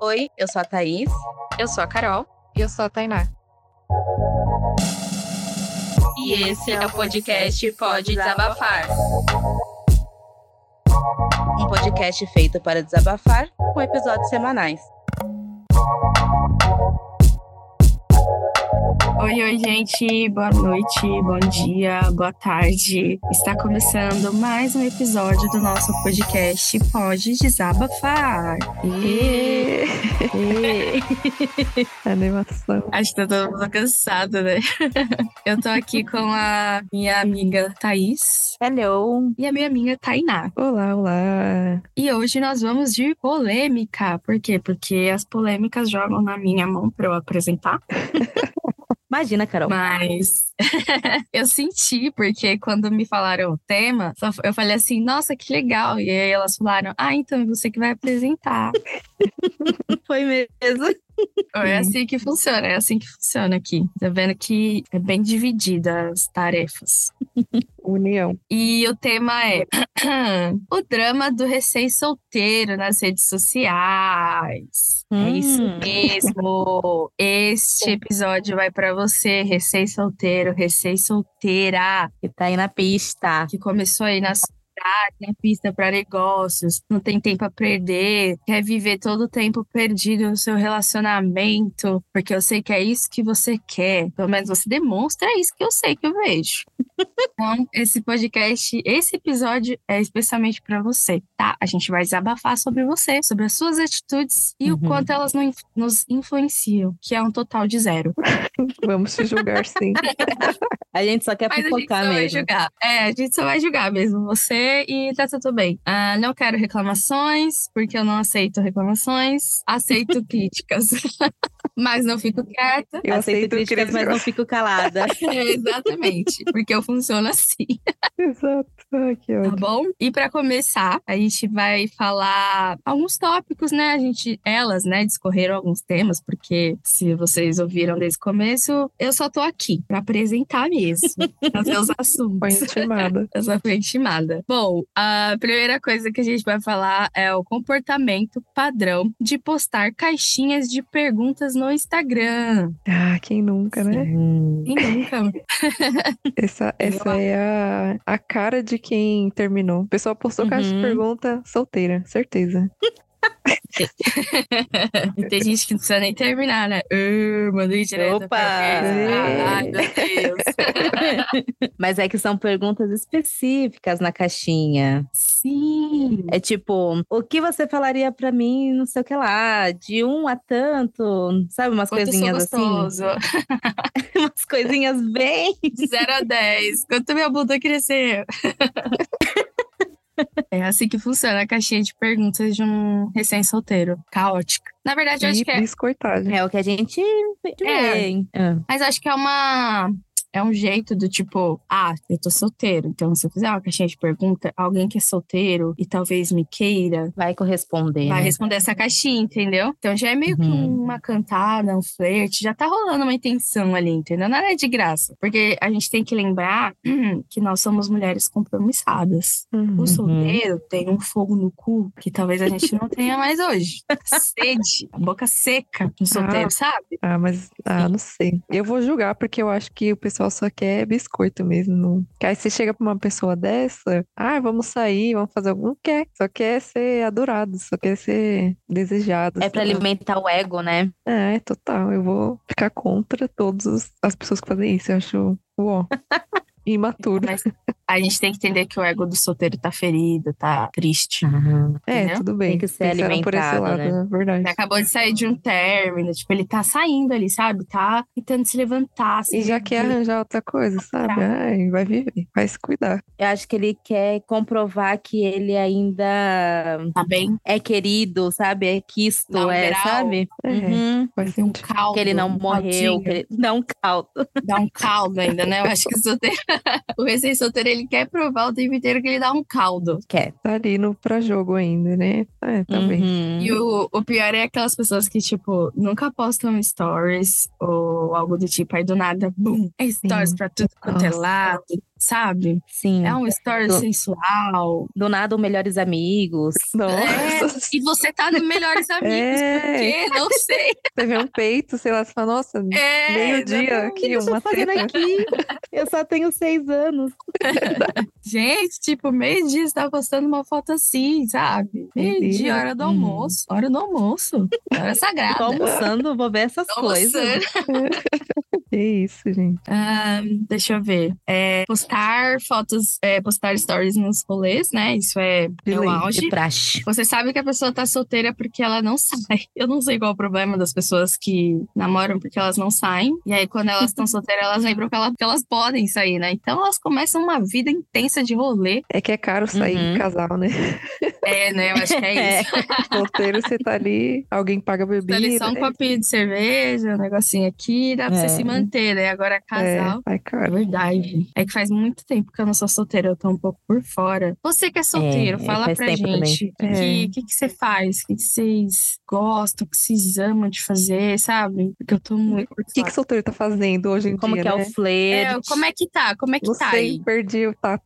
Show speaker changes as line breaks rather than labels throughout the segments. Oi, eu sou a Thaís.
Eu sou a Carol.
E eu sou a Tainá.
E esse é o podcast Pode Desabafar. Um podcast feito para desabafar com episódios semanais.
Oi, oi, gente. Boa noite, bom dia, boa tarde. Está começando mais um episódio do nosso podcast Pode Desabafar. E...
Animação.
Acho que tá todo mundo cansado, né? Eu tô aqui com a minha amiga Thaís
Hello.
e a minha amiga Tainá.
Olá, olá.
E hoje nós vamos de polêmica. Por quê? Porque as polêmicas jogam na minha mão para eu apresentar.
Imagina, Carol.
Mas eu senti, porque quando me falaram o tema, só f- eu falei assim, nossa, que legal. E aí elas falaram, ah, então é você que vai apresentar.
Foi mesmo.
é assim que funciona, é assim que funciona aqui. Tá vendo que é bem dividida as tarefas.
União.
E o tema é o drama do recém-solteiro nas redes sociais. É isso
Hum.
mesmo. Este episódio vai para você, recém-solteiro, recém-solteira,
Que tá aí na pista.
que começou aí na cidade, na pista para negócios, não tem tempo a perder, quer viver todo o tempo perdido no seu relacionamento, porque eu sei que é isso que você quer. Pelo menos você demonstra isso que eu sei que eu vejo. Então, esse podcast, esse episódio é especialmente para você, tá? A gente vai desabafar sobre você, sobre as suas atitudes e o
Uhum.
quanto elas não inf- nos influenciam, que é um total de zero.
Vamos te julgar, sim.
A gente só quer
Mas a gente só
pipocar
vai
mesmo.
julgar. É, a gente só vai julgar mesmo você e tá tudo bem. Ah, não quero reclamações, porque eu não aceito reclamações. Aceito críticas. Mas não fico quieta.
Eu aceito,
críticas, mas não fico calada.
É, exatamente. Porque eu funciono assim.
Exato. Ai, que
Tá
ódio.
bom? E para começar, a gente vai falar alguns tópicos, né? A gente, elas, né, discorreram alguns temas, porque se vocês ouviram desde o começo, eu só tô aqui para apresentar mesmo, fazer os assuntos.
Foi intimada.
Eu só fui intimada. Bom, a primeira coisa que a gente vai falar é o comportamento padrão de postar caixinhas de perguntas no Instagram.
Ah, quem nunca, né?
Hum.
Quem nunca?
Essa,
Eu
essa é a, a cara de quem terminou. O pessoal postou caixa de
Uhum.
pergunta solteira, certeza.
Tem gente que não precisa nem terminar, né? Ah, mandei direto.
Opa!
pra eles. Ai, meu Deus.
Mas é que são perguntas específicas na caixinha.
Sim.
É tipo, o que você falaria pra mim, não sei o que lá, de um a tanto, sabe? Umas
Quanto eu sou
coisinhas assim.
gostoso.
Umas coisinhas bem.
De 0 a 10. Quanto minha bunda cresceu? É assim que funciona a caixinha de perguntas de um recém-solteiro. Caótica. Na verdade, eu acho
E
que é
biscoitagem.
É o que a gente
É.
vê. hein? Ah.
Mas acho que é uma. É um jeito do tipo, ah, eu tô solteiro. Então, se eu fizer uma caixinha de pergunta, alguém que é solteiro e talvez me queira,
Vai
É.
corresponder.
vai
né?
responder essa caixinha, entendeu? Então já é meio que
Uhum.
uma cantada, um flerte, já tá rolando uma intenção ali, entendeu? Nada é de graça. Porque a gente tem que lembrar que nós somos mulheres compromissadas.
Uhum.
O solteiro tem um fogo no cu que talvez a gente não tenha mais hoje. Sede, a boca seca no solteiro, sabe?
Ah, mas ah, não sei. Eu vou julgar, porque eu acho que o pessoal só quer biscoito mesmo. Não... Que aí você chega pra uma pessoa dessa, ah, vamos sair, vamos fazer algum. Não quer. Só quer ser adorado, só quer ser desejado.
É
sei
pra
lá.
alimentar o ego, né?
É, total. Eu vou ficar contra todas as pessoas que fazem isso. Eu acho uó, imaturo.
Mas a gente tem que entender que o ego do solteiro tá ferido, tá triste.
É,
entendeu?
tudo bem.
que ser
Pensaram por esse
alimentado,
lado,
né?
é verdade.
Ele acabou de sair de um término, tipo, ele tá saindo ali, sabe? Tá tentando se levantar. se
E já
é
quer
erguer.
arranjar outra coisa, sabe? Ai, vai viver, vai se cuidar.
Eu acho que ele quer comprovar que ele ainda
Tá bem?
é querido, sabe? É quisto,
Dá um
é,
grau.
sabe?
É,
Uhum.
vai
Tem um
sentir.
caldo.
Que ele não
um
morreu,
caldinho.
que ele não caldo.
Dá um caldo ainda, né? Eu acho que o solteiro... o recém-solteiro, ele quer provar o tempo inteiro que ele dá um caldo.
Quer.
Tá ali no pra jogo ainda, né? É, também.
Uhum.
E o, o pior é aquelas pessoas que, tipo, nunca postam stories ou algo do tipo, aí do nada, bum, é stories
Sim.
pra tudo quanto é
Nossa.
lado, sabe?
Sim.
É um story
Tô.
sensual.
Do nada, o melhores amigos.
Nossa,
E você tá no Melhores Amigos,
É.
porque não sei.
você vê um peito, sei lá, você fala, nossa,
É,
meio-dia
O
exatamente.
que que
aqui,
eu tô
uma
fazendo
teta.
aqui? Eu só tenho seis anos.
Gente, tipo, meio-dia você tá postando uma foto assim, sabe? Meio-dia,
Meio-dia.
hora do
Hum.
almoço. Hora do almoço. Hora sagrada.
Tô almoçando, vou ver essas
Tô
coisas.
almoçando.
Que isso, gente.
Ahn, deixa eu ver. É, postar fotos, é, postar stories nos rolês, né? Isso é
De
o
lei,
auge.
De praxe.
Você sabe que a pessoa tá solteira porque ela não sai. Eu não sei qual é o problema das pessoas que namoram porque elas não saem. E aí, quando elas estão solteiras, elas lembram que ela- que elas, podem sair, né? Então, elas começam uma vida intensa de rolê.
É que é caro sair
Uhum.
em casal, né?
É, né? Eu acho que é isso.
Solteiro, você tá ali, alguém paga
Dá
bebida.
ali só um
é-
copinho de cerveja, um negocinho aqui, dá pra
É.
você se manter, né? Agora, casal.
É, ai,
É
cara.
verdade. É que faz muito tempo que eu não sou solteira, eu tô um pouco por fora. Você que é solteiro,
É,
fala
faz
pra
tempo também.
gente o
É.
que, que, que você faz, o que, que vocês gostam, o que vocês amam de fazer, sabe? Porque eu tô muito por
O que, que
fora.
solteiro tá fazendo hoje em
Como
dia,
que é
né?
o flerte?
É, como é que tá? Como é que
Não
tá
sei,
aí?
perdi o tato.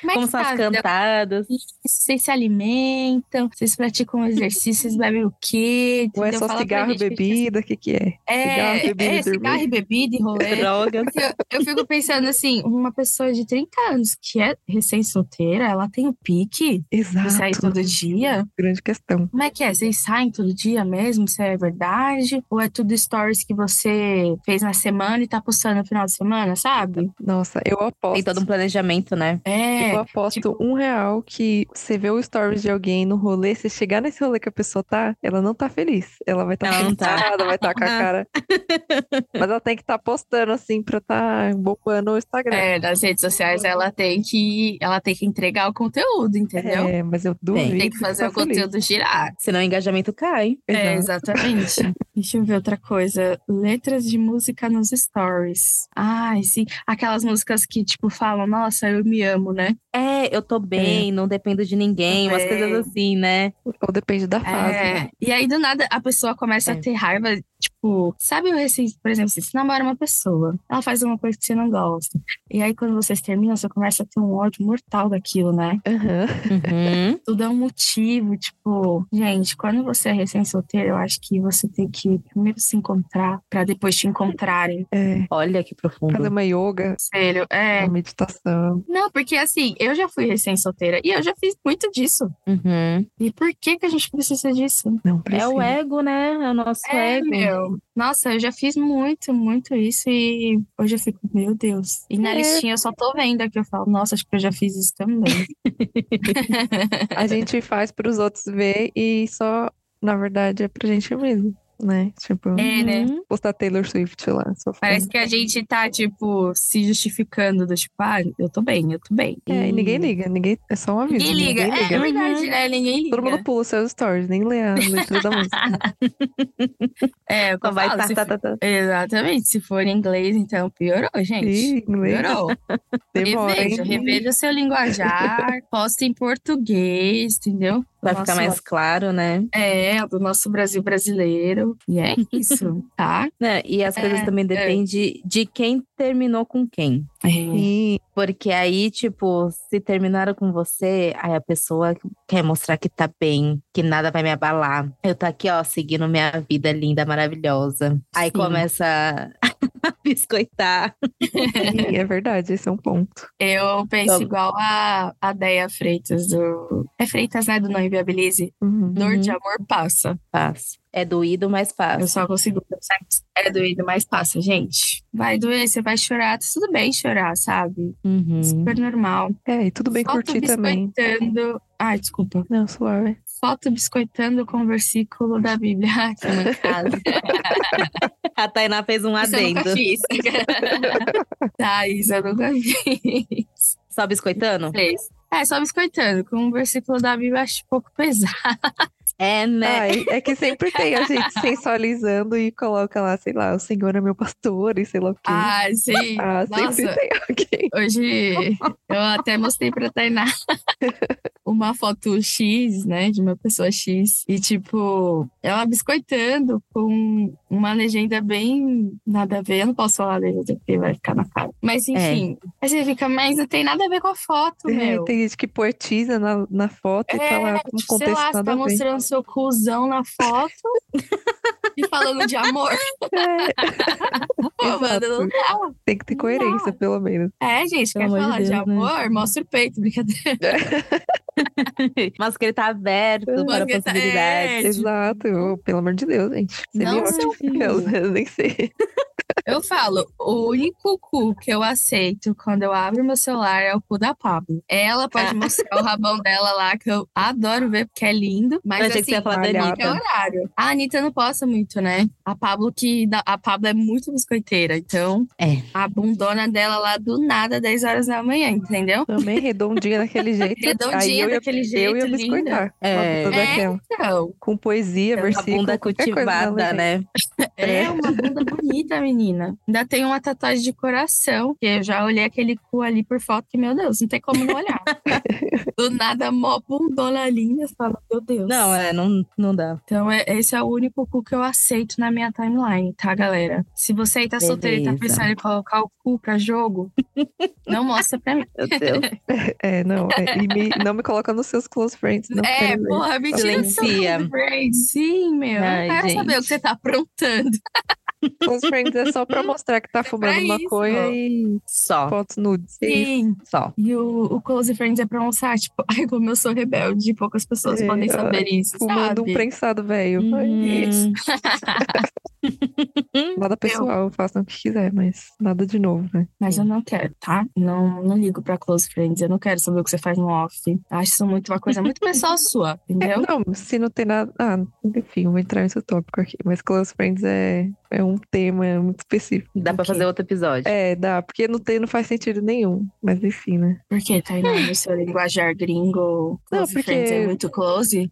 Como é
Como
que
são
tá?
as
a vida?
cantadas?
Vocês se alimentam, vocês praticam exercício, vocês bebem o quê?
Ou é
Entendeu?
só
Fala pra
cigarro e
gente o que que
bebida, o que que é?
É,
Cigarro, bebida
é,
e dormir.
cigarro e bebida e
É.
rolê.
Drogas.
Porque eu, eu fico pensando assim, uma pessoa de 30 anos que é recém-solteira, ela tem o pique de sair
Exato.
todo dia?
Grande questão.
Como é que é? Vocês saem todo dia mesmo? Isso é verdade? Ou é tudo stories que você fez na semana e tá postando no final de semana, sabe?
Nossa, eu
Tem
aposto.
todo um planejamento, né?
É.
Eu aposto um real que você vê o stories de alguém no rolê, se chegar nesse rolê que a pessoa tá, ela não tá feliz. Ela vai estar
Ela não tá.
cansada, vai estar com a
Ah.
cara. Mas ela tem que estar postando assim pra tá bombando o Instagram.
É, nas redes sociais ela tem que ela tem que entregar o conteúdo, entendeu?
É, mas eu duvido.
Tem que fazer
tá
o conteúdo girar.
Senão o engajamento cai.
Feliz.
É,
Exato.
exatamente. Deixa eu ver outra coisa. Letras de música nos stories. Ai, sim. Aquelas músicas que, tipo, falam, nossa, eu me amo, né?
É, eu tô bem, não dependo de ninguém,
Tô
umas coisas assim, né?
Ou depende da fase. né?
É. E aí, do nada, a pessoa começa
É.
a ter raiva. Tipo, sabe, assim, por exemplo, você namora uma pessoa, ela faz uma coisa que você não gosta. E aí, quando vocês terminam, você começa a ter um ódio mortal daquilo, né?
Aham.
Uhum.
tudo é um motivo, tipo, gente, quando você é recém-solteiro, eu acho que você tem que primeiro se encontrar pra depois te encontrarem.
É.
Olha que
Fazer
profundo.
uma yoga,
Sério, é.
uma meditação.
Não, porque assim, eu já fui recém-solteira e eu já fiz muito disso.
Uhum.
E por que que a gente precisa disso?
Não
É
precisa.
o ego, né? É o nosso
É,
ego.
meu. Nossa, eu já fiz muito, muito isso e hoje eu fico, meu Deus. E na
É.
listinha eu só tô vendo aqui, eu falo, nossa, acho que eu já fiz isso também.
A gente faz pros outros ver e só, na verdade, é pra gente mesmo, né? Tipo,
É, né?
Uhum.
postar Taylor Swift lá. Só
Parece que a gente tá, tipo, se justificando do tipo, ah, eu tô bem, eu tô bem.
É, e ninguém liga, ninguém. É só um aviso.
Ninguém liga.
Ninguém
É,
liga.
verdade, né? Ninguém liga.
Todo mundo pula os seus stories, nem lê a letra da música.
É,
Só vai
vai
tá,
se...
tá, tá, tá.
Exatamente. Se for em inglês, então piorou, gente.
Ih, inglês,
Piorou.
demora,
Reveja,
hein?
reveja seu linguajar, posta em português, entendeu?
Vai
Nossa,
ficar mais claro, né?
É, do nosso Brasil brasileiro. E é isso, tá?
Né, E as coisas
É,
também dependem de quem terminou com quem.
É.
Sim,
Porque aí, tipo, se terminaram com você, aí a pessoa quer mostrar que tá bem, que nada vai me abalar. Eu tô aqui, ó, seguindo minha vida linda, maravilhosa. Aí
Sim.
começa a biscoitar.
sim, é verdade, esse é um ponto.
Eu penso
Tá.
igual a, a Deia Freitas do. É Freitas, né? Do Não Inviabilize.
Uhum.
Dor
Uhum.
de amor passa.
Fácil. É doído, mas
Eu
fácil.
só consigo pensar que é doído, mas passa, gente. Vai doer, você vai chorar, tá tudo bem chorar, sabe?
Uhum.
Super normal.
É, e tudo bem
Foto
curtir também.
biscoitando. Ai, desculpa.
Não, suave.
Foto biscoitando com o versículo da Bíblia. Ai, que mancada.
A Tainá fez um
Isso eu nunca
adendo.
fiz. tá, isso eu nunca fiz.
Só biscoitando?
Três. É, só biscoitando, com o versículo da Bíblia acho um pouco pesado.
É, né?
Ai, é que sempre tem a gente sensualizando e coloca lá, sei lá, o Senhor é meu pastor e sei lá o quê.
Ah, sim.
Ah, sempre
Nossa,
tem alguém.
hoje eu até mostrei pra Tainá uma foto X, né, de uma pessoa X, e tipo, ela biscoitando com uma legenda bem nada a ver. Eu não posso falar a legenda porque vai ficar na cara. Mas enfim, aí você fica, mas não tem nada a ver com a foto,
É,
meu.
tem gente que poetiza na, na foto e tá lá com um
tipo, sei
contexto
lá, você
nada
tá
a ver.
mostrando seu cuzão na foto e falando de amor.
É,
Pô, mano, não dá.
tem que ter
Não
coerência, pelo menos.
É, gente,
Pelo
quer
amor de
falar de,
Deus, né?
amor? Mostra o peito, brincadeira.
Mas que ele tá aberto
Mas
para
que tá-
possibilidades.
É, tipo-
Exato, eu- pelo amor de Deus, gente. Seria
Não
ótimo.
seu cu.
Eu nem sei.
Eu falo, o único cu que eu aceito quando eu abro meu celular é o cu da Pablo. Ela pode mostrar o rabão dela lá, que eu adoro ver, porque é lindo. Mas
Eu achei que você
assim,
ia falar da
em
malhada.
qualquer horário. A Anitta não posta muito, né? A Pablo que. dá- A Pablo é muito biscoiteira, então.
É.
A bundona dela lá do nada, 10 horas da manhã, entendeu?
Também redondinha daquele jeito. aí
Redondinha
eu ia,
daquele
eu
jeito.
ia
linda.
biscoitar.
É.
Uma bunda
É.
daquela.
Então,
Tá Com poesia,
A
versículo.
bunda
qualquer coisa
cultivada,
dela, gente.
né?
É uma bunda bonita, menina. Ainda tem uma tatuagem de coração, que eu já olhei aquele cu ali por foto, que, meu Deus, não tem como não olhar. Do nada, mó bundona linda, você fala, meu Deus.
Não, é, não, não dá.
Então, é- esse é o único cu que eu aceito na minha timeline, tá, galera? Se você aí tá solteiro e tá
Beleza.
pensando em colocar o cu pra jogo, não mostra pra mim.
né,
Meu Deus.
É, não. é, e me- não me coloca nos seus close friends. Não
É,
quero ver.
porra, mentira.
Silencia.
Sim, meu.
Ai,
eu quero
gente.
saber o que você tá aprontando.
Close friends é só pra mostrar que tá fumando
isso.
maconha e
Só,
fotos nudes. É isso.
Sim.
só.
E o, o Close Friends é pra mostrar, tipo, ai, como eu sou rebelde, poucas pessoas
É,
podem saber isso,
Fumando
sabe? Uhum.
um prensado, velho.
Uhum.
Isso.
Nada pessoal, façam o que quiser, mas nada de novo, né?
Mas eu não quero, tá? Não, não ligo pra Close Friends, eu não quero saber o que você faz no off. Acho isso muito uma coisa muito pessoal sua,
É,
entendeu?
não, se não tem nada. Ah, enfim, eu vou entrar nesse tópico aqui. Mas Close Friends é, é um tema muito específico.
Dá pra
Ok.
fazer outro episódio.
É, dá, porque não tem, não faz sentido nenhum. Mas enfim, né?
Por que, Tainá, no seu linguajar gringo,
Não,
Close
porque-
Friends é muito close?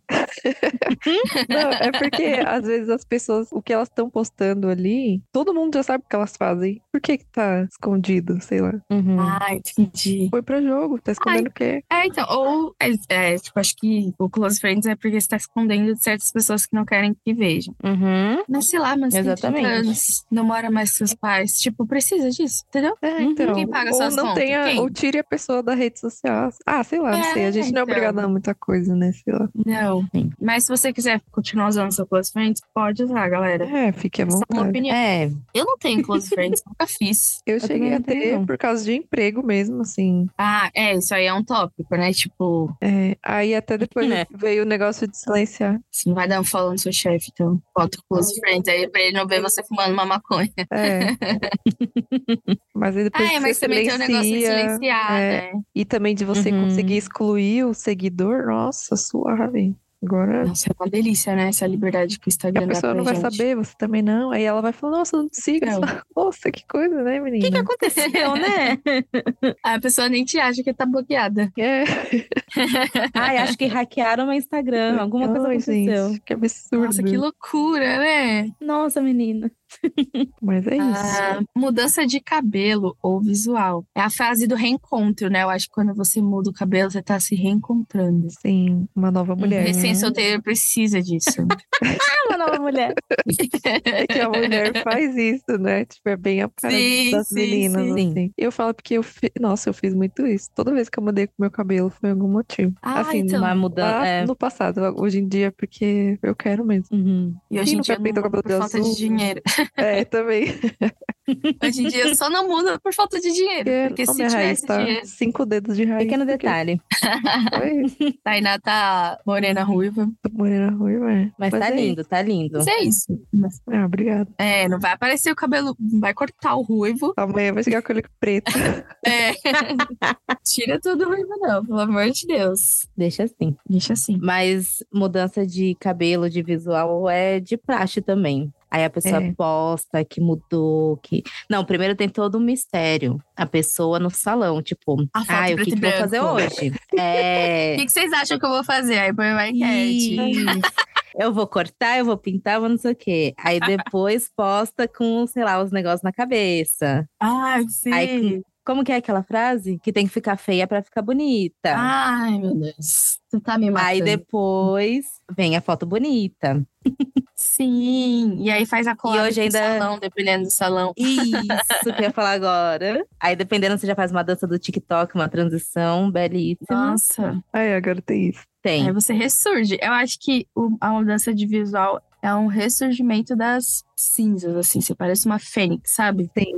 Não, é porque às vezes as pessoas, o que elas estão postando ali, todo mundo já sabe o que elas fazem. Por que que tá escondido, sei lá?
Uhum.
Ah, entendi.
Foi pra jogo, tá escondendo o quê?
É, então, ou, é, é, tipo, acho que o Close Friends é porque você tá escondendo de certas pessoas que não querem que vejam.
Uhum.
Mas sei lá, mas tem 30
Exatamente.
anos, não mora mais com seus pais. Tipo, precisa disso, entendeu?
É,
Uhum.
então,
Quem paga
ou
suas
não
contas?
tenha,
Quem?
ou tire a pessoa da rede social. Ah, sei lá, não sei. A
É,
gente não
então.
é obrigado a muita coisa, né? Sei lá.
Não.
Sim.
Mas se você quiser continuar usando seu close friends, pode usar, galera.
É, fique à
Essa é uma
vontade.
opinião.
É,
Eu não tenho close friends, nunca fiz.
Eu
também
cheguei
não
a
tenho,
ter
não.
por causa de emprego mesmo, assim.
Ah, é, isso aí é um tópico, né? Tipo,
É, aí até depois
Né?
veio o negócio de silenciar.
você não vai dar um follow no seu chefe, então bota o close friends aí pra ele não ver você fumando uma maconha.
É. Mas aí depois
Ah, é,
que
mas
você
também tem o negócio de
silencia,
silenciar,
é.
né?
E também de você
Uhum.
conseguir excluir o seguidor, nossa, suave. Agora
Nossa, é uma delícia, né? Essa liberdade que o
a
Instagram dá
pessoa
pra
não vai
gente.
saber, você também não. Aí ela vai falar, nossa, não te siga. Você
Não.
fala, Nossa, que coisa, né,
O que, que
menina?
aconteceu, né?
A pessoa nem te acha que tá bloqueada.
É.
Ai, acho que hackearam meu Instagram. Alguma coisa
Ai,
aconteceu.
Gente, que absurdo.
Nossa, que loucura, né?
Nossa, menina.
Mas é isso.
Ah, mudança de cabelo ou visual. É a fase do reencontro, né? Eu acho que quando você muda o cabelo, você tá se reencontrando.
Sim, Assim, uma nova mulher.
Recém-solteiro precisa disso.
Ah, uma nova mulher.
É que a mulher faz isso, né? Tipo, é bem a cara
Sim,
das
sim,
meninas,
sim.
assim. Eu falo porque eu fi- Nossa, eu fiz muito isso. Toda vez que eu mudei com meu cabelo foi algum motivo.
Ah,
Assim,
então.
Uma mudança.
Lá
é.
no passado, hoje em dia, é porque eu quero mesmo.
Uhum.
E
Quem
hoje em
nunca
dia eu não
pinta o
mudo
cabelo
por
de
falta
azul,
de
né?
dinheiro.
É, também.
Hoje em dia eu só não mudo por falta de dinheiro.
Porque,
É, Porque
ó,
se
minha raiz
tivesse
tá
dinheiro,
cinco dedos de raiz.
Pequeno
porque
detalhe.
Foi
Tainá tá morena ruiva.
tô morena ruiva, é.
Mas tá
é
lindo, tá lindo.
Mas é isso. Mas-
isso. Ah, obrigada.
É, não vai aparecer o cabelo, não vai cortar o ruivo.
Amanhã vai chegar com ele preto.
É. Tira tudo ruivo, não, pelo amor de Deus.
Deixa assim.
Deixa assim.
Mas mudança de cabelo, de visual, é de praxe também. Aí a pessoa
É.
posta que mudou, que. Não, primeiro tem todo um mistério. A pessoa no salão, tipo,
A foto
ai, o
preto
que,
e
que eu vou fazer
branco."
hoje?
O
É.
que, é, que vocês acham que eu vou fazer? Aí põe uma enquete.
Isso. Eu vou cortar, eu vou pintar, eu vou não sei o quê. Aí depois posta com, sei lá, os negócios na cabeça.
Ai, sim.
Aí Como que é aquela frase? Que tem que ficar feia pra ficar bonita.
Ah, Ai, meu Deus. Você tá me matando.
Aí depois vem a foto bonita.
Sim. E aí faz a collab
hoje
com o
ainda-
salão, dependendo do salão.
Isso que eu ia falar agora. Aí dependendo, você já faz uma dança do TikTok, uma transição belíssima.
Nossa. é
Ai, agora tem isso.
Tem.
Aí você ressurge. Eu acho que o- a mudança de visual é um ressurgimento das cinzas, assim. Você parece uma fênix, sabe?
Sim.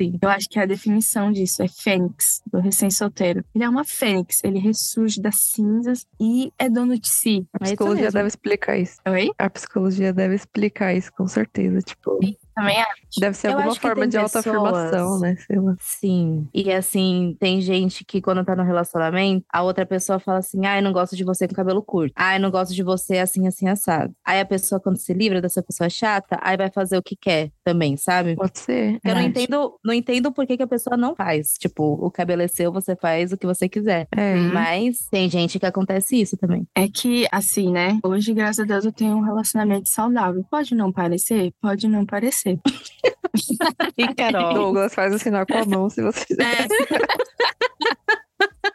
Sim.
Eu acho que a definição disso é fênix, do recém-solteiro. Ele é uma fênix, ele ressurge das cinzas e é dono de si.
A
É isso
psicologia
mesmo.
deve explicar isso.
Oi?
A psicologia deve explicar isso, com certeza. Tipo,
Também acho.
deve ser
Eu
alguma
acho que
forma
tem
de autoafirmação,
pessoas-
né? Sei lá.
Sim. E assim, tem gente que quando tá no relacionamento, a outra pessoa fala assim: ai, não gosto de você com cabelo curto. Ai, não gosto de você assim, assim, assado. Aí a pessoa, quando se livra dessa pessoa chata, aí vai fazer o que quer também, sabe?
Pode
Eu
ser.
não
Verdade.
entendo, não entendo por que, que a pessoa não faz. Tipo, o cabelo é seu, você faz o que você quiser.
É.
Uhum.
Hum, Mas tem gente que acontece isso também.
É que, assim, né? Hoje, graças a Deus, eu tenho um relacionamento saudável. Pode não parecer? Pode não parecer.
E Carol?
Douglas faz o sinal com a mão se você quiser.
É.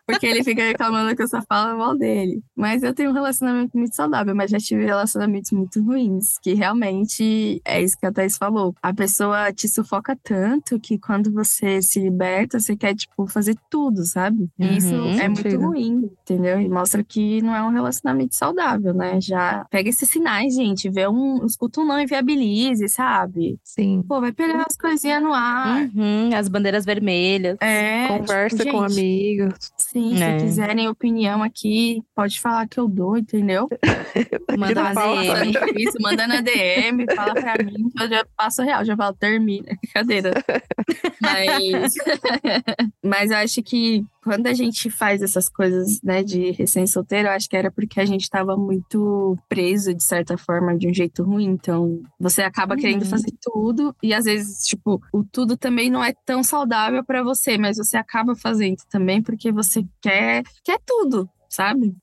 Porque ele fica reclamando que eu só falo mal dele. Mas eu tenho um relacionamento muito saudável, mas já tive relacionamentos muito ruins. Que realmente é isso que a Thaís falou. A pessoa te sufoca tanto que quando você se liberta, você quer, tipo, fazer tudo, sabe? E isso
Uhum.
é muito
Sentido.
ruim, entendeu? E mostra que não é um relacionamento saudável, né? Já pega esses sinais, gente. Vê um. Escuta um não e viabilize, sabe?
Sim.
Pô, vai pegar as coisinhas no ar.
Uhum, as bandeiras vermelhas.
É, tipo,
Conversa com um
gente,
amigos.
Sim,
Né?
se quiserem opinião aqui, pode falar que eu dou, entendeu?
Manda né?
Aqui
uma
não fala
DM.
nada.
Isso, manda na DM, fala pra mim, que eu já passo real, já falo, termina, brincadeira. Mas, mas eu acho que quando a gente faz essas coisas, né, de recém-solteiro, eu acho que era porque a gente tava muito preso, de certa forma, de um jeito ruim. Então, você acaba querendo
Uhum.
fazer tudo, e às vezes, tipo, o tudo também não é tão saudável pra você, mas você acaba fazendo também porque você quer, quer tudo, sabe?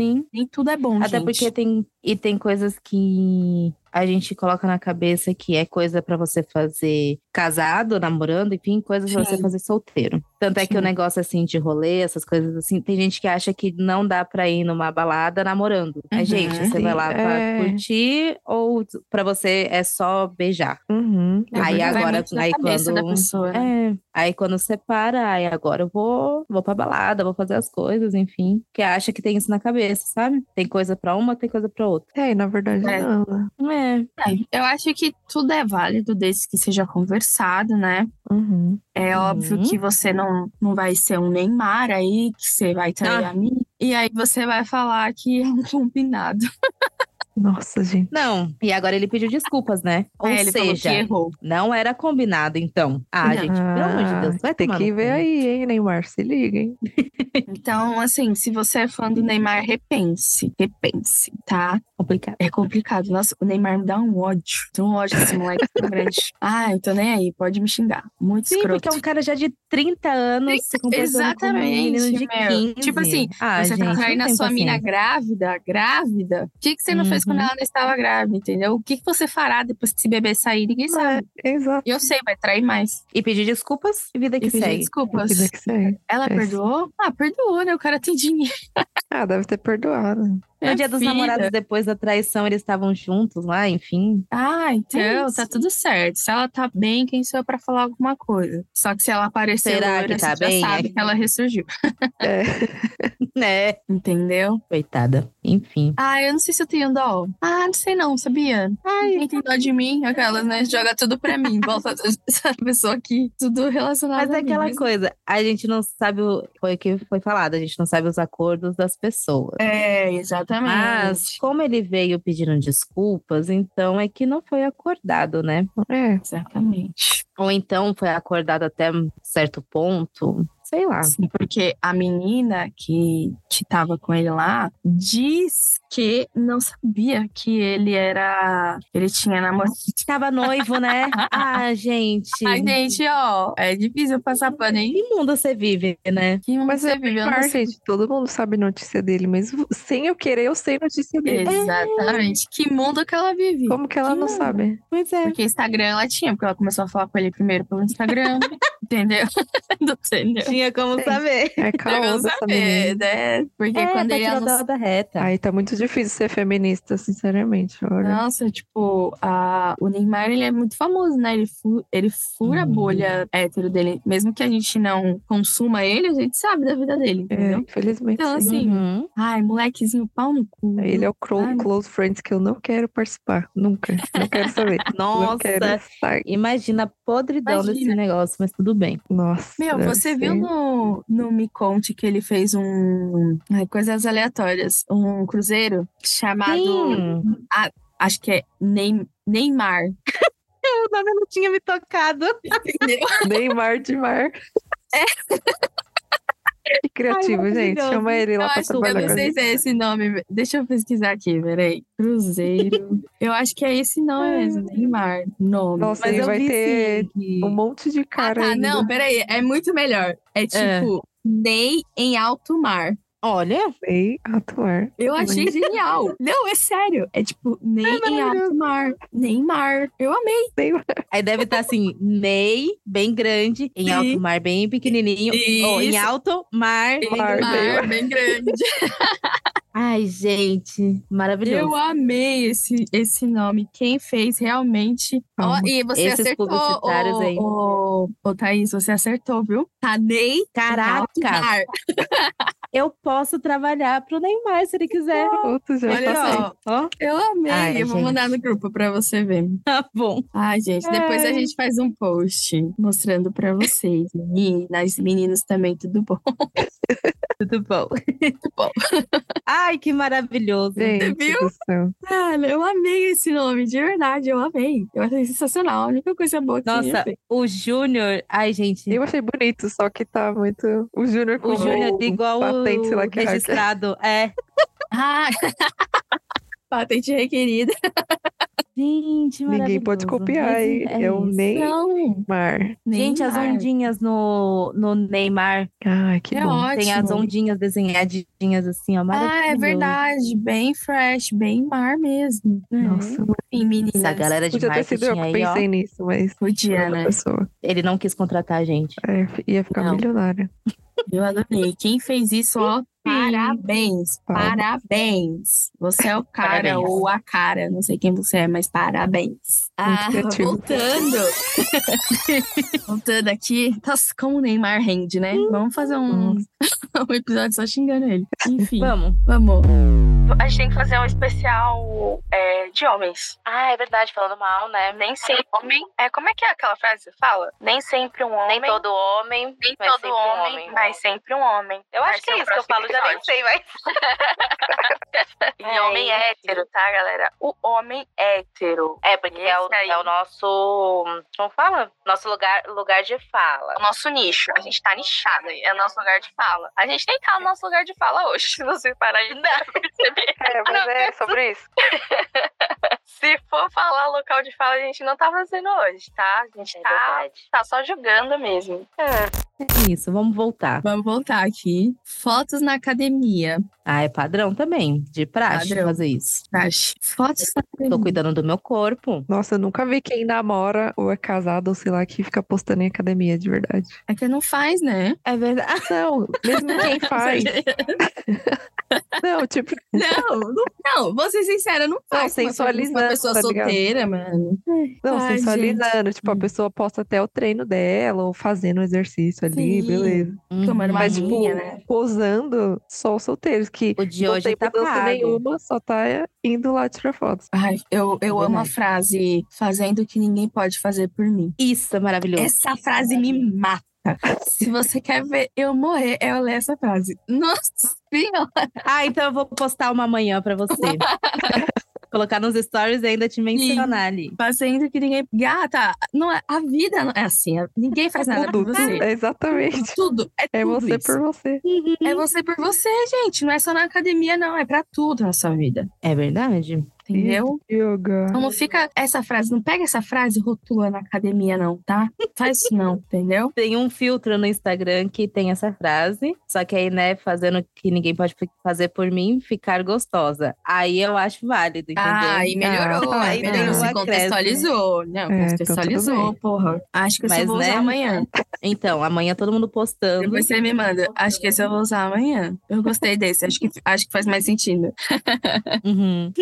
Sim.
Nem tudo é bom,
Até
gente.
porque tem e tem coisas que a gente coloca na cabeça que é coisa pra você fazer casado, namorando, enfim, coisas pra você
Sim.
fazer solteiro. Tanto é que o
Sim.
negócio assim de rolê, essas coisas assim, tem gente que acha que não dá pra ir numa balada namorando.
Uhum.
Mas, gente, você
Sim,
vai lá pra
é.
curtir ou pra você é só beijar?
Uhum. É
Aí
verdade.
Vai
agora,
muito na
aí
cabeça
quando-
da pessoa, né?
É. Aí quando separa, aí agora eu vou, vou pra balada, vou fazer as coisas, enfim. Que acha que tem isso na cabeça, sabe? Tem coisa pra uma, tem coisa pra outra.
É, e na verdade
É.
não. né?
É.
É, Eu acho que tudo é válido desde que seja conversado, né?
Uhum.
É
Uhum.
óbvio que você não, não vai ser um Neymar aí, que você vai trair
Ah.
a mim. E aí você vai falar que é um combinado.
Nossa, gente.
Não, e agora ele pediu desculpas, né? Ou
Aí É, ele falou que
seja,
errou.
não era combinado, então. Ah,
Não. Ah,
gente, pelo amor de Deus, vai
Ah, tem
tomar
que
no
ver
cu.
aí, hein, Neymar? Se liga, hein?
Então, assim, se você é fã do Neymar, repense. Repense, tá?
Complicado.
É complicado. Nossa, o Neymar me dá um ódio. Tem um ódio esse moleque tão grande. Ah, eu tô nem aí. Pode me xingar. Muito
Sim,
escroto.
porque é um cara já de 30 anos se comportando com um menino de
Exatamente, meu.
15.
Tipo assim,
ah,
você
gente,
tá
não
traindo a
tem
sua mina
paciência.
grávida, grávida? O que, que você não fez quando
Uhum.
ela não estava grávida, entendeu? O que, que você fará depois que esse bebê sair? Ninguém
é
sabe.
É, Exato.
E Eu sei, vai trair mais.
E pedir desculpas e vida É que
E pedir
segue.
desculpas.
Vida que segue.
Ela
É.
perdoou? Ah, perdoou, né? O cara tem dinheiro.
Ah, deve ter perdoado.
No
É
dia dos
vida.
namorados, depois da traição, eles estavam juntos lá, enfim.
Ah, então
é isso.
tá tudo certo. Se ela tá bem, quem sou eu pra falar alguma coisa? Só que se ela aparecer,
Será
loira,
que tá
você
bem?
já sabe que ela ressurgiu.
É.
É.
Né?
Entendeu?
Coitada. Enfim.
Ah, eu não sei se eu tenho dó. Ah, não sei não, sabia?
Ai,
Quem tem dó de mim, aquelas, né? Joga tudo pra mim. Volta essa pessoa aqui, tudo relacionado
Mas é
a mim,
aquela
mas-
coisa, a gente não sabe, o- foi o que foi falado, a gente não sabe os acordos das pessoas.
É, exatamente.
Mas, como ele veio pedindo desculpas, então é que não foi acordado, né?
É.
Exatamente.
Ou então foi acordado até um certo ponto, sei lá.
Sim, Assim, porque a menina que, que tava com ele lá diz que não sabia que ele era. Ele tinha namorado.
Tava noivo, né? Ah, gente.
Ai, gente, ó, é difícil passar pano, hein?
Que mundo você vive, né?
Que mundo
Mas
você
é
viveu
Neymar,
nessa-
gente, todo mundo sabe notícia dele, mas sem eu querer, eu sei notícia
É.
dele.
Exatamente. Que mundo que ela vive.
Como que ela
Que
não
mundo?
sabe?
Pois é.
Porque Instagram ela tinha, porque ela começou a falar com ele primeiro pelo Instagram. Entendeu? Não entendeu?
Tinha como
Sim.
saber.
É
Eu
caô
não
dessa
saber,
menina.
né? Porque
É,
quando
tá
ele
tirando
anunciou.
ela da reta.
Aí tá muito difícil ser feminista, sinceramente. Olha.
Nossa, tipo, a, o Neymar, ele é muito famoso, né? Ele, fu- ele fura a
Uhum.
bolha hétero dele. Mesmo que a gente não consuma ele, a gente sabe da vida dele,
É,
entendeu?
infelizmente.
Então,
sim.
assim,
Uhum.
Ai, molequezinho, pau no cu.
Ele é o clo-
Ai.
close friends que eu não quero participar. Nunca. Não quero saber. Não quero
Nossa,
estar-
imagina a podridão desse
Imagina.
negócio, mas tudo bem.
Nossa.
Meu,
é,
deve
você
ser.
viu no, no Me Conte que ele fez um. ai, coisas aleatórias. Um cruzeiro chamado.
Sim,
Acho que é Neym- Neymar.
o nome não tinha me tocado.
Entendeu?
Neymar de mar.
É.
Que criativo, gente.
maravilhoso.
Chama ele
Eu
lá pra
acho que eu
trabalhar
não
com a
sei
gente.
se é esse nome. Deixa eu pesquisar aqui, peraí. Cruzeiro. eu acho que é esse nome mesmo, Neymar. Nome.
Nossa,
Mas
ele
eu
vai
vi
ter
sim. que-
um monte de
ah,
cara
tá.
ainda.
Não, peraí. É muito melhor. É tipo Ney em alto mar.
Olha,
Sei atuar.
Eu achei genial. Não, é sério. É tipo, nem em alto mar. Neymar. Eu amei.
aí deve estar assim, Ney, bem grande, em
Sim.
alto mar, bem pequenininho. Ou em
Isso.
alto mar.
Bem
Mar,
Mar, bem grande.
Ai, gente,
Eu
maravilhoso.
amei esse, esse nome. Quem fez realmente. Ó,
Amo.
e você
Esses
acertou.
publicitários
ô-
aí.
ô- ô, Thaís, você acertou, viu? Tanei. em alto
Caraca,
mar.
eu posso trabalhar pro Neymar se ele quiser.
é Outro já
É. Olha
tá
só.
feito. Ó,
Eu amei.
Ai,
eu vou
gente.
mandar no grupo pra você ver.
Tá bom.
Ai, gente, depois a
Ai.
gente faz um post mostrando pra vocês. Meninas, meninos também, tudo bom.
Tudo bom.
bom.
Ai, que maravilhoso.
Gente
viu?
do céu.
Cara, eu amei esse nome, de verdade, eu amei. Eu achei sensacional, a única coisa boa que ele
Nossa,
fez.
o Júnior. Ai, gente.
Eu achei bonito, só que tá muito. O Júnior com
O Júnior é igual o
patente, sei lá que raio que é.
registrado. É.
Ah, patente requerida.
Gente,
Ninguém
maravilhoso.
pode copiar,
Mas
hein?
é
eu
isso.
nem
Não,
mar.
Gente, as
Neymar.
ondinhas no, no Neymar.
Ai, que
É
bom.
ótimo.
Tem as ondinhas desenhadinhas assim, ó.
Ah, é
maravilhoso.
verdade, bem fresh, bem mar mesmo.
É.
Nossa,
Enfim, meninas.
Essa galera de
podia ter sido eu
marketing
que
aí, ó. É,
pensei nisso, mas
Podia,
outra
né?
pessoa.
Ele não quis contratar a gente.
É, f- ia ficar
Não.
milionária.
Eu adorei. Quem fez isso, ó, parabéns,
Fala.
parabéns. Você é o cara
Parabéns.
ou a cara, não sei quem você é, mas parabéns. Ah,
criativo.
voltando. voltando aqui. Nossa, como o Neymar rende, né? Vamos fazer um, um episódio só xingando ele. Enfim,
Vamos.
vamos. A gente tem que fazer um especial
é,
de homens.
Ah, é verdade, falando mal, né?
Nem sempre homem. É, como é que é aquela frase que você fala? Nem sempre um homem.
Nem todo homem,
nem
mas sempre um homem.
sempre um homem.
Eu
Vai
acho
ser
que é
o
isso que eu
próximo
falo, já nem
episódio.
sei, mas.
E
É,
um homem
enfim.
hétero, tá, galera? O homem hétero.
É, porque é o,
Esse aí.
é o nosso. Como fala? Nosso lugar, lugar de fala.
É o nosso nicho. A gente tá nichada. aí, É o nosso lugar de fala. A gente nem tá no nosso lugar de fala hoje, se você parar de perceber.
É, mas é sobre isso.
Se for falar local de fala, a gente não tá fazendo hoje, tá? A gente
É
tá,
verdade.
tá só jogando mesmo.
É isso, vamos voltar.
Vamos voltar aqui. Fotos na academia.
Ah, é padrão também. De praxe
Padrão.
fazer isso.
Fotos na
Tô
academia.
cuidando do meu corpo.
Nossa, eu nunca vi quem namora ou é casado, ou sei lá, que fica postando em academia, de verdade.
É que não faz, né?
É verdade.
Não, mesmo quem faz. Não, tipo,
Não, não, não, vou ser sincera, não
Não,
faz. uma-
sensualizando,
Uma pessoa
tá ligado?
solteira, mano.
não,
Ai,
sensualizando. Tipo,
Hum.
a pessoa posta até o treino dela, ou fazendo um exercício ali,
Sim.
beleza.
Uhum.
Tomando uma
Mas, tipo,
aguinha, né?
posando só os solteiros, que
O de
não
hoje
tem
tá
mudança
pago.
nenhuma, só tá indo lá tirar fotos.
Ai, eu, eu amo a
Verdade.
frase fazendo o que ninguém pode fazer por mim.
Isso é maravilhoso.
Essa frase me mata. Se você quer ver eu morrer, eu ler essa frase. Nossa senhora!
Ah, então eu vou postar uma amanhã pra você. Colocar nos stories e ainda te mencionar ali.
Fazendo o que ninguém. Gata, não é, a vida não é assim. é- Ninguém faz nada por
Tudo,
você.
é exatamente.
Tudo. É,
É
tudo
você
isso.
por você.
Uhum.
É você por você, gente. Não é só na academia, não. É pra tudo na sua vida.
É verdade.
entendeu?
Yoga.
Então não fica essa frase, não pega essa frase e rotula na academia, não, tá? Faz isso não, entendeu?
Tem um filtro no Instagram que tem essa frase, só que aí, né, fazendo o que ninguém pode fi- fazer por mim, ficar gostosa. Aí eu acho válido, entendeu?
Ah, e melhorou,
Ah,
aí melhorou,
não,
se
acresce.
contextualizou. Não,
É, então
contextualizou,
tudo
porra. Acho que esse
Mas,
eu vou usar
né?
amanhã.
Então, amanhã todo mundo postando.
Depois você me manda. Acho que esse eu vou usar amanhã. Eu gostei desse, acho que, acho que faz mais sentido.
Uhum.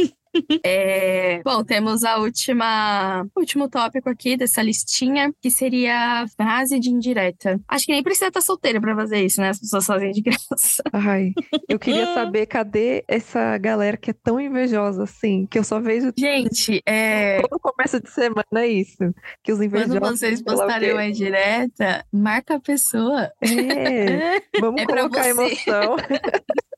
É, Bom, temos a última, último tópico aqui dessa listinha, que seria a frase de indireta. Acho que nem precisa estar solteira pra fazer isso, né? As pessoas fazem de graça.
Ai, eu
Ah.
queria saber cadê essa galera que é tão invejosa assim, que eu só vejo
Gente, é,
todo começo de semana é isso, que os
quando
invejosos,
vocês
sei lá o
postarem
quê.
uma indireta, marca a pessoa.
É, vamos
É pra
colocar
você.
emoção.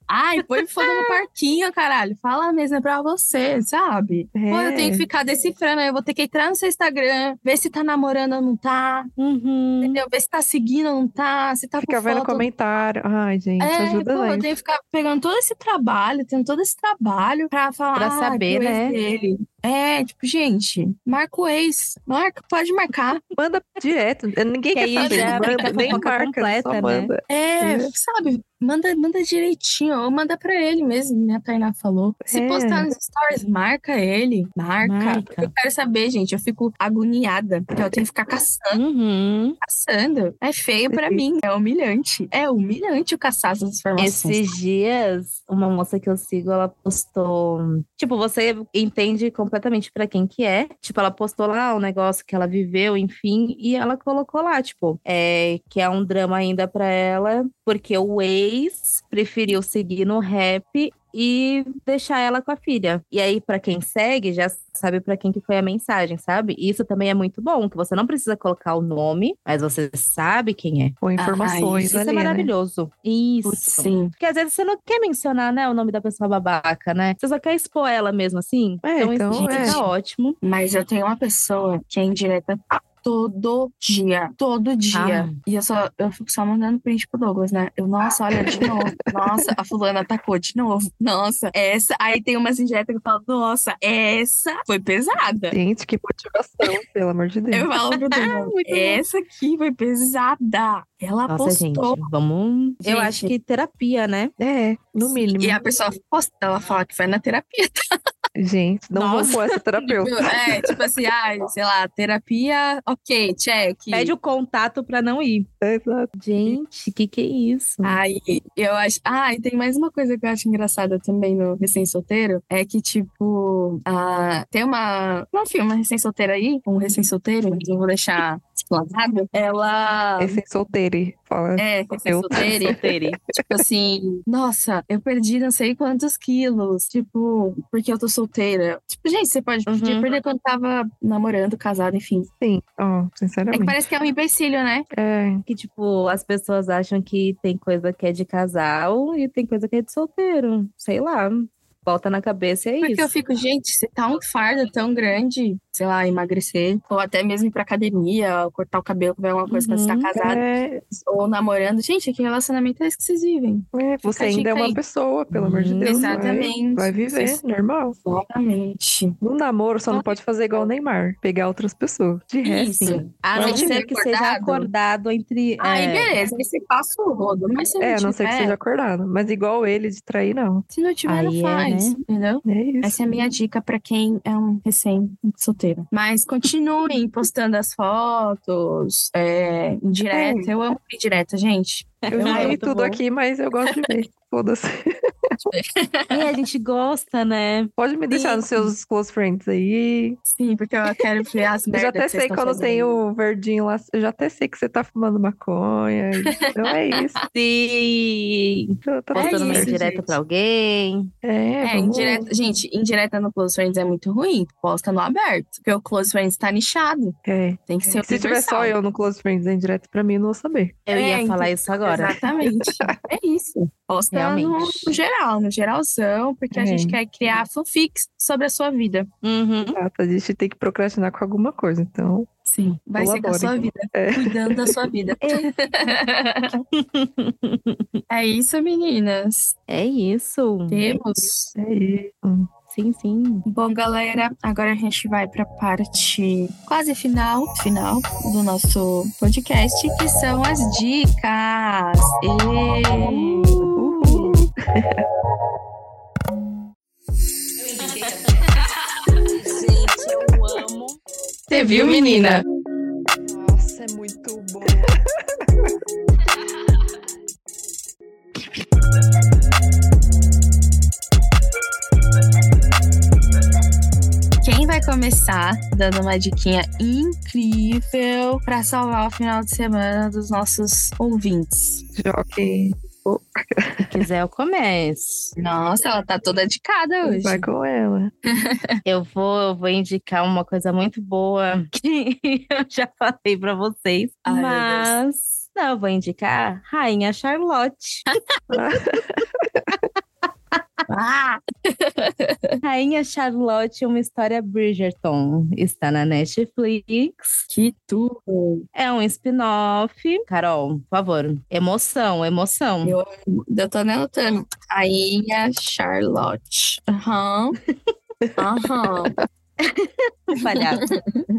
Ai, põe fogo no parquinho, caralho. Fala mesmo, é pra você, sabe? Pô, eu
É.
tenho que ficar decifrando, aí eu vou ter que entrar no seu Instagram, ver se tá namorando ou não tá,
Uhum.
entendeu? Ver se tá seguindo ou não tá, se tá
Fica
com
vendo
foto
comentário. Ai, gente,
É,
ajuda
pô,
nós.
eu tenho que ficar pegando todo esse trabalho, tendo todo esse trabalho pra falar.
Pra
"Ah,
saber,
que o ex
né?"
Dele. É, tipo, gente, marca o ex. Marca, pode marcar.
Manda direto. É, Ninguém
Que
quer
aí
saber.
já fica
Manda,
a
nem
fofoca
marca,
completa,
só
né?
manda.
É,
Isso.
sabe? Manda, manda direitinho, ou manda pra ele mesmo, né? A Tainá falou. Se
É.
postar nos stories, marca ele. Marca.
Marca.
Porque Eu quero saber, gente. Eu fico agoniada. Porque eu tenho que ficar caçando,
Uhum.
caçando. É feio pra mim. É humilhante. É humilhante eu caçar essas informações.
Esses dias, uma moça que eu sigo, ela postou. Tipo, você entende completamente pra quem que é. Tipo, ela postou lá o negócio que ela viveu, enfim, e ela colocou lá, tipo, é, que é um drama ainda pra ela, porque o ex preferiu seguir no rap e deixar ela com a filha. E aí, pra quem segue, já sabe pra quem que foi a mensagem, sabe? E Isso também é muito bom, que você não precisa colocar o nome, mas você sabe quem é.
Ou
Ah,
informações
Isso é
ali, né?
maravilhoso. Isso.
Putz, sim.
Porque às vezes você não quer mencionar, né, o nome da pessoa babaca, né? Você só quer expor ela mesmo assim.
É,
então,
então,
isso
é.
tá ótimo.
Mas eu tenho uma pessoa que é indireta todo dia. Todo dia.
Ah.
E eu só eu fico só mandando print pro Douglas, né? Eu, nossa, olha de novo. Nossa, a fulana atacou de novo. Nossa, essa. Aí tem umas indiretas que eu falo, nossa, essa foi pesada.
Gente, que motivação, pelo amor de Deus.
Eu falo pro Douglas,
Ah, Muito bom.
essa aqui foi pesada. Ela
Nossa,
postou.
gente, vamos. Eu
Gente.
acho que terapia, né?
É, no mínimo.
E a pessoa posta, ela fala que foi na terapia.
Gente, não vou
Nossa.
com essa terapeuta.
É, tipo assim, ai, sei lá, terapia, ok, check.
Pede o contato pra não ir.
Exato.
Gente, que que é isso?
Aí eu acho. Ah, e tem mais uma coisa que eu acho engraçada também no recém-solteiro: é que, tipo, ah, tem uma. Não, filho, uma recém-solteira aí, um recém-solteiro, mas eu vou deixar explanado. Ela.
Esse solteiro fala.
É, recém-solteira.
Solteire.
Tipo assim, nossa, eu perdi não sei quantos quilos, tipo, porque eu tô solteira. Tipo, gente, você pode
Uhum.
podia perder quando tava namorando, casado, enfim.
Sim, assim, ó,
É que
sinceramente.
parece que é um empecilho, né?
É,
que, tipo, as pessoas acham que tem coisa que é de casal e tem coisa que é de solteiro. Sei lá. Bota na cabeça e é
Porque
isso.
eu fico, gente, se tá um fardo tão grande, sei lá, emagrecer, ou até mesmo ir pra academia, ou cortar o cabelo, comer alguma coisa quando você tá
Uhum.
casado,
é,
ou namorando. Gente, que relacionamento é esse que vocês vivem?
é, você
a
ainda é
dica
uma
aí.
pessoa, pelo amor de
Hum,
Deus. vai-
Exatamente.
Vai viver,
Vocês-
normal.
Exatamente.
No namoro, só não pode fazer igual o Neymar, pegar outras pessoas. De resto,
Isso.
A
Mas
não
tiver
ser que seja acordado entre.
Aí,
é,
beleza, aí você passa o rodo. Mas se não
É, a
tiver,
não ser que seja acordado. Mas igual ele de trair, não.
se não tiver,
Aí
não
é, né?
faz, entendeu?
É isso.
Essa é a minha dica pra quem é um recém-solteiro. Mas continuem postando as fotos, é, indireta. Eu amo indireta, gente.
Eu
Ah, é
joguei
muito
tudo
bom.
aqui, mas eu gosto de ver. Foda-se.
É, a gente gosta, né?
Pode me deixar nos seus close friends aí.
Sim, porque eu quero ver as
Eu
merdas
já até
que vocês
sei
tão
quando
fazendo.
tem o verdinho lá. Eu já até sei que você tá fumando maconha. Então é isso.
Sim.
Então tá
Postando
tudo
uma
isso,
certo.
indireta
gente.
pra alguém.
É,
É,
vamos-
indireta, gente, indireta no Close Friends é muito ruim. Posta no aberto. Porque o Close Friends tá nichado.
É.
Tem que ser
Se tiver só eu no close friends, é indireto pra mim, eu não vou saber.
Eu
É,
ia
então,
falar isso agora.
Exatamente. é isso. Posta no,
Realmente.
no geral, no geralzão, porque a
É.
gente quer criar fanfics sobre a sua vida.
Uhum.
Ah, tá, a gente tem que procrastinar com alguma coisa. Então,
Sim. Vai ser com a
Colabore.
sua vida.
É.
Cuidando da sua vida. é isso, meninas.
É isso.
Temos
é isso.
Sim, sim.
Bom, galera, agora a gente vai para a parte quase final, final do nosso podcast, que são as dicas. E...
Uhul.
Gente, eu amo.
Você viu, menina?
Nossa, é muito bom.
Quem vai começar dando uma diquinha incrível para salvar o final de semana dos nossos ouvintes?
Joque.
Se quiser, eu começo.
Nossa, ela tá toda dicada hoje.
Vai com ela.
Eu vou, eu vou indicar uma coisa muito boa que eu já falei pra vocês.
Ai, meu
mas não, eu vou indicar Rainha Charlotte.
Ah,
Rainha Charlotte, uma história Bridgerton. Está na Netflix.
que tudo!
É um spin-off. Carol, por favor. Emoção, emoção.
Eu Eu tô anotando. Rainha Charlotte. Aham. Aham.
palhaço.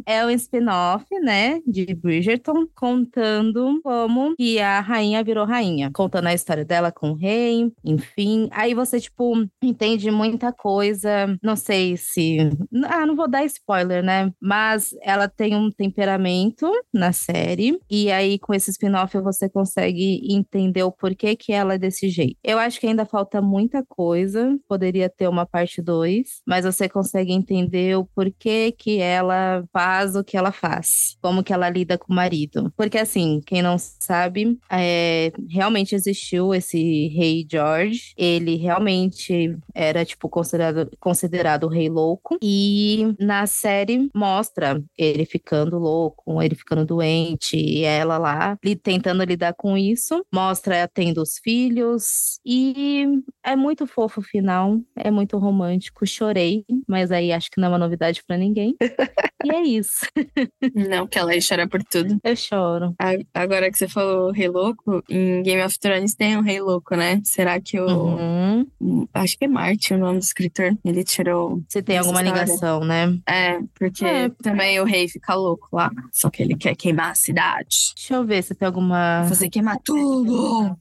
é um spin-off, né, de Bridgerton, contando como que a rainha virou rainha. Contando a história dela com o rei, enfim. Aí você, tipo, entende muita coisa. Não sei se... Ah, não vou dar spoiler, né? Mas ela tem um temperamento na série. E aí, com esse spin-off, você consegue entender o porquê que ela é desse jeito. Eu acho que ainda falta muita coisa. Poderia ter uma parte 2, mas você consegue entender o porquê que ela faz o que ela faz. Como que ela lida com o marido. Porque, assim, quem não sabe, é, realmente existiu esse rei George. Ele realmente era tipo considerado considerado o rei louco e na série mostra ele ficando louco, ele ficando doente e ela lá li- tentando lidar com isso, mostra ela tendo os filhos e é muito fofo o final, é muito romântico, chorei, mas aí acho que não é uma novidade pra ninguém. e é isso.
Não, que ela aí chora por tudo.
Eu choro.
A- Agora que você falou Rei Louco, em Game of Thrones tem um Rei Louco, né? Será que o.
Uhum.
Hum, Acho que é Martin o nome do escritor. Ele tirou.
Se tem
Essa
alguma
história.
ligação, né?
É, porque
É.
também o rei fica louco lá. Só que ele quer queimar a cidade.
Deixa eu ver se tem alguma
Fazer queimar tudo!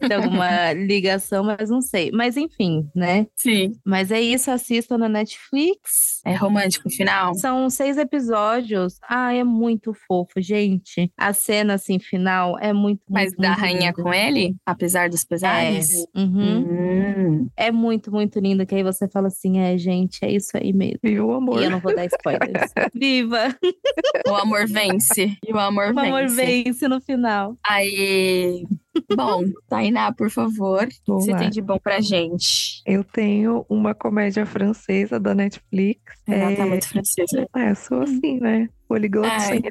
tem alguma ligação, mas não sei. Mas enfim, né?
Sim.
Mas é isso, assistam na Netflix.
É romântico o final?
São seis episódios. Ah, é muito fofo, gente. A cena, assim, final é muito,
Mas
muito,
da
muito
rainha
linda.
com ele? Apesar dos
É.
pesares?
Uhum.
Hum.
É muito, muito lindo. Que aí você fala assim, é, gente, é isso aí mesmo.
Viu o
E
amor?
eu não vou dar spoilers. Viva!
O amor vence. E o amor
O amor
vence.
vence no final.
Aí. Bom, Tainá, por favor, o que
Vou
você
lá.
tem de bom pra gente?
Eu tenho uma comédia francesa da Netflix.
Ela tá
É,
muito francesa.
é, eu sou assim, né? Poligotinha.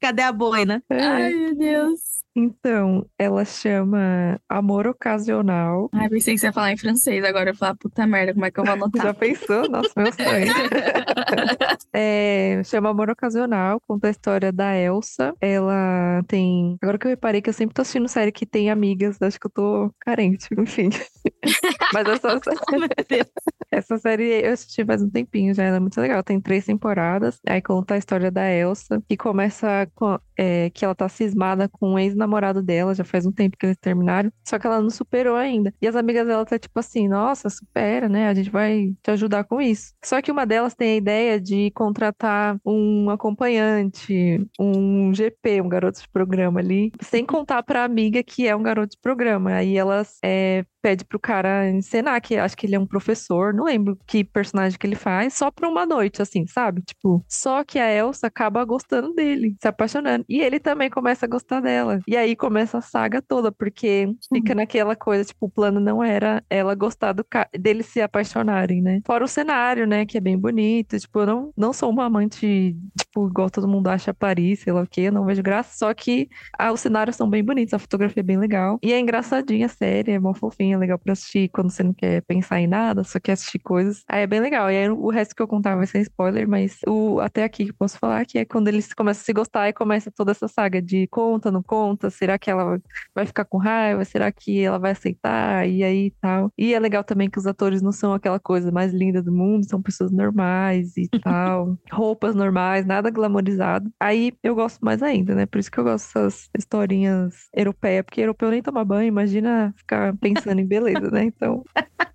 Cadê a boina?
Ai, meu Deus.
Então, ela chama Amor Ocasional.
Ai, pensei que você ia falar em francês agora. Eu ia falar, puta merda, como é que eu vou
Já
anotar?
pensou? Nossa, meu sonho. É, chama Amor Ocasional, conta a história da Elsa. Ela tem. Agora que eu reparei que eu sempre tô assistindo série que tem amigas, acho que eu tô carente, enfim. Mas é essa, essa série eu assisti faz um tempinho já, ela é muito legal. Tem três temporadas. Aí conta a história da Elsa, que começa com. é, que ela tá cismada com o ex-namorado dela, já faz um tempo que eles terminaram, só que ela não superou ainda. E as amigas dela tá tipo assim, nossa, supera, né? A gente vai te ajudar com isso. Só que uma delas tem a ideia de contratar um acompanhante, um GP, um garoto de programa ali, sem contar pra amiga que é um garoto de programa. Aí elas é, pede pro cara encenar, que acho que ele é um professor, não lembro que personagem que ele faz, só pra uma noite, assim, sabe? Tipo, só que a Elsa acaba gostando dele, se apaixonando. E ele também começa a gostar dela. E aí começa a saga toda, porque fica naquela coisa, tipo, o plano não era ela gostar do ca... deles se apaixonarem, né? Fora o cenário, né, que é bem bonito. Tipo, eu não, não sou uma amante tipo, igual todo mundo acha Paris, sei lá o quê, eu não vejo graça. Só que ah, os cenários são bem bonitos, a fotografia é bem legal. E é engraçadinha a série, é mó fofinha, é legal pra assistir quando você não quer pensar em nada, só quer assistir coisas. Aí é bem legal. E aí o resto que eu contar vai ser spoiler, mas o até aqui que eu posso falar que é quando eles começam a se gostar e começa toda essa saga de conta, não conta, será que ela vai ficar com raiva? Será que ela vai aceitar? E aí tal. E é legal também que os atores não são aquela coisa mais linda do mundo, são pessoas normais e tal. Roupas normais, nada glamorizado. Aí eu gosto mais ainda, né? Por isso que eu gosto dessas historinhas europeias, porque europeu nem toma banho, imagina ficar pensando em beleza, né? Então.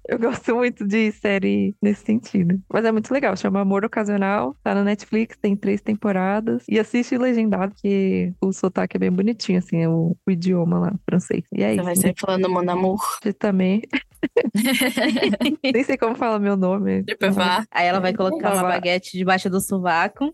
Eu gosto muito de série nesse sentido. Mas é muito legal, chama Amor Ocasional, tá na Netflix, tem três temporadas. E assiste legendado, que o sotaque é bem bonitinho, assim, é o, o idioma lá, francês. E
Você
é isso.
Então vai sair falando Mon Amour.
Você também. Nem sei como fala meu nome.
Depois vá.
Aí ela vai colocar uma
Babá.
baguete debaixo do sovaco.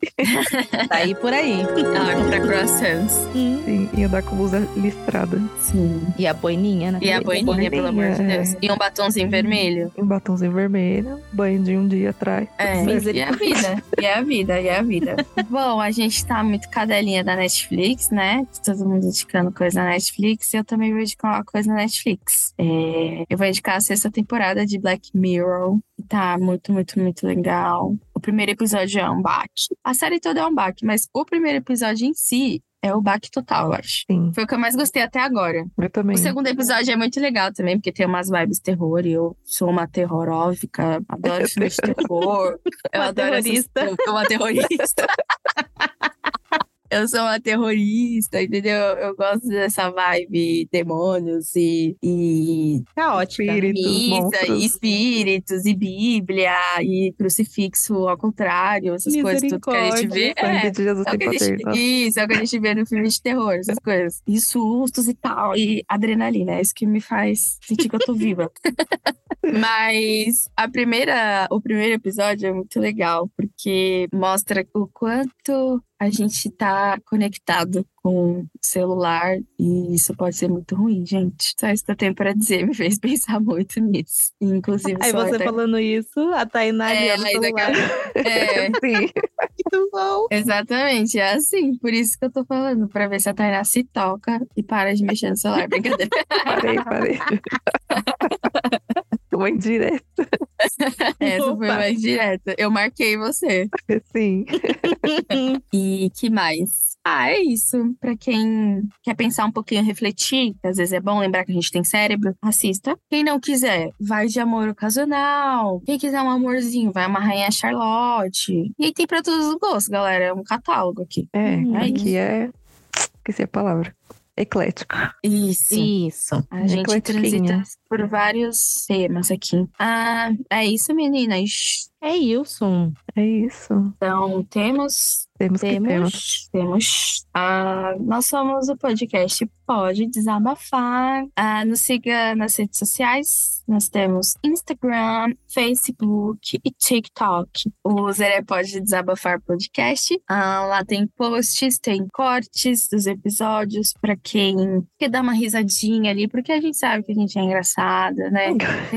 Daí por aí.
Ela vai comprar ah, croissants.
Sim, e andar com blusa listrada.
Sim. é
E a boininha, né?
E a boininha, pelo amor de Deus. E um batonzinho vermelho.
Um batomzinho vermelho, banho de um dia atrás.
É, e é a vida, e é a vida, e é a vida. Bom, a gente tá muito cadelinha da Netflix, né? Todo mundo indicando coisa na Netflix. Eu também vou indicar uma coisa na Netflix. É, eu vou indicar a sexta temporada de Black Mirror, que tá muito, muito, muito legal. O primeiro episódio é um baque. A série toda é um baque, mas o primeiro episódio em si é o baque total, eu acho.
Sim,
Foi o que eu mais gostei até agora.
eu também.
O segundo episódio é muito legal também, porque tem umas vibes terror e eu sou uma terrorófica, adoro filmes de terror. Eu
Uma
adoro essas-
terrorista.
Eu sou uma terrorista. Eu sou uma terrorista, entendeu? Eu gosto dessa vibe demônios e, e é
Caótica.
Espíritos,
missa,
monstros.
e espíritos, e bíblia, e crucifixo ao contrário, essas coisas tudo que a gente vê.
Sangue
É,
de Jesus
é o
tem
que a gente,
poder. tá? Nossa,
isso, é o que a gente vê no filme de terror, essas coisas. E sustos e tal, e adrenalina. É isso que me faz sentir que eu tô viva. Mas a primeira, o primeiro episódio é muito legal, porque mostra o quanto a gente tá conectado com o celular e isso pode ser muito ruim, gente. Só isso que eu tenho pra dizer, me fez pensar muito nisso. Inclusive,
Aí
só
você
até-
falando isso, a Tainá ali,
É,
ó, no
aí daqui a-
celular.
É,
Sim,
Muito bom.
Exatamente, é assim. Por isso que eu tô falando, pra ver se a Tainá se toca e para de mexer no celular. Brincadeira.
parei, parei. Uma indireta,
Essa foi
Opa.
mais direta. Eu marquei você.
sim.
E que mais? Ah, é isso. Pra quem quer pensar um pouquinho, refletir, que às vezes é bom lembrar que a gente tem cérebro, assista. Quem não quiser, vai de amor ocasional. Quem quiser um amorzinho, vai uma rainha Charlotte. E aí tem pra todos os gostos, galera. É um catálogo aqui.
É,
Hum,
é
aqui é. Esqueci a palavra. Eclético.
Isso.
Isso.
A gente
Ecletiquinha.
transita por vários temas aqui. Ah, é isso, meninas.
É Wilson.
É isso.
Então, temos.
Temos, que temos.
Temos. Temos. Ah, nós somos o podcast Pode Desabafar. Ah, nos siga nas redes sociais. Nós temos Instagram, Facebook e TikTok. O user é Pode Desabafar Podcast. Ah, lá tem posts, tem cortes dos episódios para quem quer dar uma risadinha ali, porque a gente sabe que a gente é engraçada, né?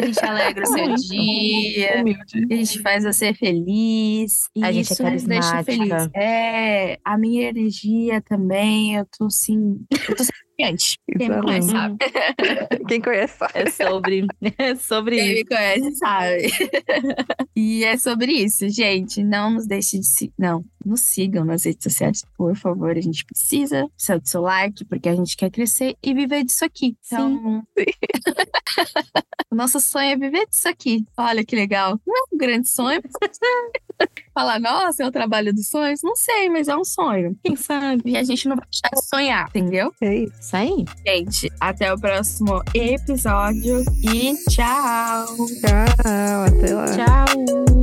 A gente alegra o seu
Muito.
dia.
Humilde.
A gente faz você feliz. Uhum. E
A gente é
isso nos deixa
carismática.
feliz. É, a minha energia também. Eu tô assim. Eu tô confiante. Quem me conhece
Exalando.
sabe.
Quem conhece sabe.
É sobre, é sobre
Quem me conhece é, sabe. e é sobre isso, gente. Não nos deixe de se. Não, nos sigam nas redes sociais, por favor. A gente precisa. Precisa do seu like, porque a gente quer crescer e viver disso aqui. Então. o nosso sonho é viver disso aqui. Olha que legal. Não é um grande sonho. mas- Falar, nossa, é o trabalho dos sonhos? Não sei, mas é um sonho.
Quem sabe?
E a gente não vai deixar de sonhar, entendeu?
É isso.
Isso aí.
Gente, até o próximo episódio e tchau!
Tchau. Até lá.
Tchau.